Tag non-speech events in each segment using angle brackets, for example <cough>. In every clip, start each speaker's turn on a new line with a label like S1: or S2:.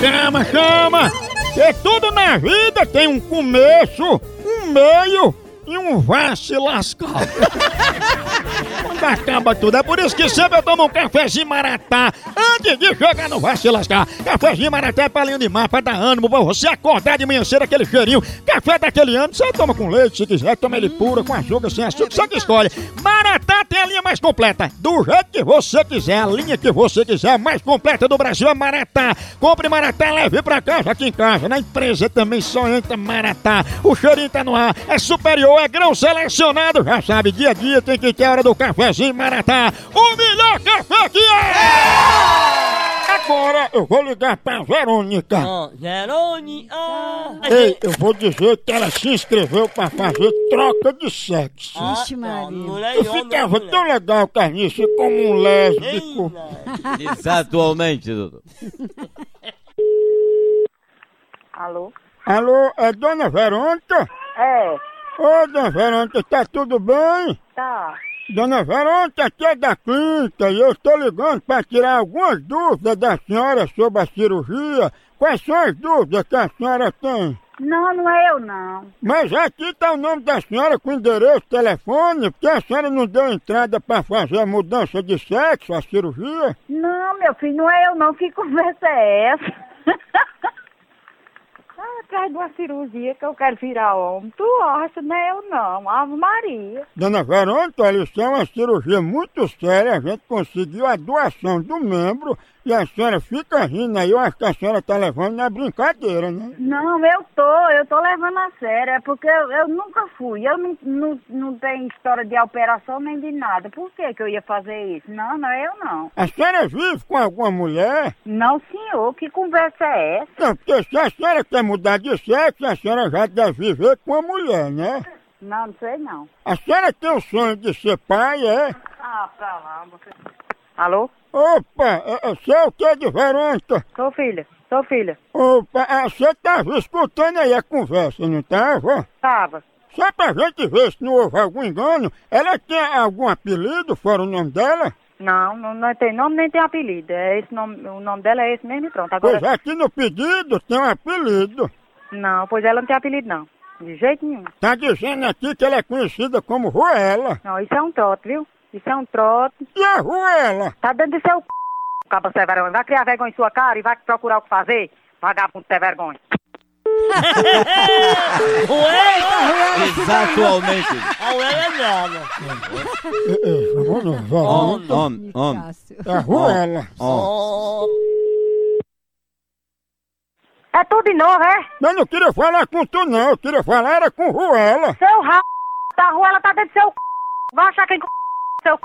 S1: Chama, chama! Que tudo na vida tem um começo, um meio e um vá se lascar. Quando acaba tudo, é por isso que sempre eu tomo um cafezinho maratá antes de jogar no vá se lascar. Cafezinho maratá é palinho de mar pra dar ânimo, pra você acordar de manhã cedo aquele cheirinho. Café daquele ano, você toma com leite se quiser, toma ele puro, com açúcar, sem açúcar, você que escolhe. Maratá tem a linha mais completa, do jeito que você quiser, a linha que você quiser, a mais completa do Brasil é Maratá. Compre Maratá, leve pra casa, aqui em casa, na empresa também só entra Maratá. O cheirinho tá no ar, é superior, é grão selecionado, já sabe, dia a dia tem que ter a hora do cafezinho Maratá. O melhor café que é! Agora eu vou ligar pra Verônica.
S2: Ó, Zerone, ó.
S1: Ei, eu vou dizer que ela se inscreveu pra fazer troca de sexo.
S2: Ó,
S3: Vixe,
S2: ó,
S3: Maria.
S2: mulher e
S1: Eu
S2: homem,
S1: ficava
S2: mulher.
S1: tão legal, Carniça, como um lésbico.
S2: Eita.
S4: Exatamente, doutor.
S5: Alô?
S1: Alô, é Dona Verônica?
S5: É,
S1: Ô, Dona Verônica, tá tudo bem?
S5: tá.
S1: Dona Verônica, aqui é da clínica e eu estou ligando para tirar algumas dúvidas da senhora sobre a cirurgia. Quais são as dúvidas que a senhora tem?
S5: Não, não é eu não.
S1: Mas aqui está o nome da senhora com endereço, telefone, porque a senhora não deu entrada para fazer a mudança de sexo, a cirurgia.
S5: Não, meu filho, não é eu não. Que conversa é essa? <laughs> Ah, Atrás de uma cirurgia que eu quero virar homem. Tu acha, não é eu não. Ave Maria.
S1: Dona Verônica, olha, isso é uma cirurgia muito séria. A gente conseguiu a doação do membro e a senhora fica rindo aí. Eu acho que a senhora tá levando na brincadeira, né?
S5: Não, eu tô, eu tô levando a sério. É porque eu, eu nunca fui. Eu não, não, não tenho história de operação nem de nada. Por que que eu ia fazer isso? Não, não é eu não.
S1: A senhora vive com alguma mulher?
S5: Não, senhor, que conversa é essa?
S1: Não, porque se a senhora quer mudar de sexo, a senhora já deve viver com a mulher, né?
S5: Não, não sei não.
S1: A senhora tem o sonho de ser pai, é?
S5: Ah, pra lá, você. Alô?
S1: Opa, é- é- você é o que de Verônica?
S5: Sou filha, sou filha.
S1: Opa, ah, você tava escutando aí a conversa, não tá, tava?
S5: Tava.
S1: Só pra gente ver se não houve algum engano, ela tem algum apelido fora o nome dela?
S5: Não, não, não tem nome nem tem apelido. É esse nome, o nome dela é esse mesmo e pronto. Agora,
S1: Pois aqui no pedido tem um apelido.
S5: não, pois ela não tem apelido não. De jeito nenhum.
S1: Tá dizendo aqui que ela é conhecida como Ruela.
S5: Não, isso é um trote, viu? Isso é um trote.
S1: E a Ruela?
S5: Tá dando do seu c... Caba sem vergonha. Vai criar vergonha em sua cara e vai procurar o que fazer. Vagabundo sem vergonha.
S2: tá Ué,
S4: Exatamente.
S2: a mulher é nada.
S4: Homem, homem, homem.
S3: Cássio.
S1: É a Ruela.
S4: Homem.
S2: Ó,
S5: É tudo de novo, é?
S1: Eu não queria falar com tu não, eu queria falar era com Ruela.
S5: Seu ra... da rua, ela tá dentro do seu c... Vai achar quem c... seu c...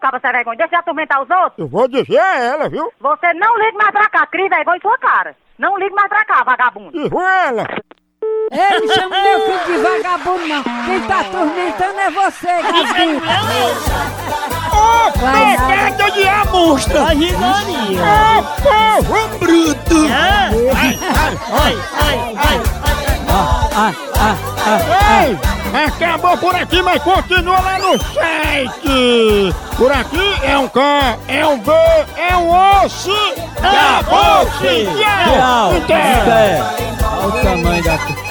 S5: Caba sem vergonha. Deixa de atormentar os outros.
S1: Eu vou dizer a ela, viu?
S5: Você não liga mais pra cá. Cria vergonha em sua cara. Não liga mais pra cá, vagabundo.
S1: E Ruela,
S3: Ei, não chama meu filho de vagabundo, não. Quem tá atormentando é você, Gasguinho. Vai nada.
S1: pegada de amostra!
S2: a risoria.
S1: Ô, povo bruto!
S2: Ah, É, tá Ai, ai, ai, ai,
S1: Ei, é acabou por aqui, mas continua lá no site. Por aqui é um K, é um B, é um osso. Acabou-se! Tchau!
S4: Tchau.
S1: Tchau!
S4: Pé. Olha o tamanho da...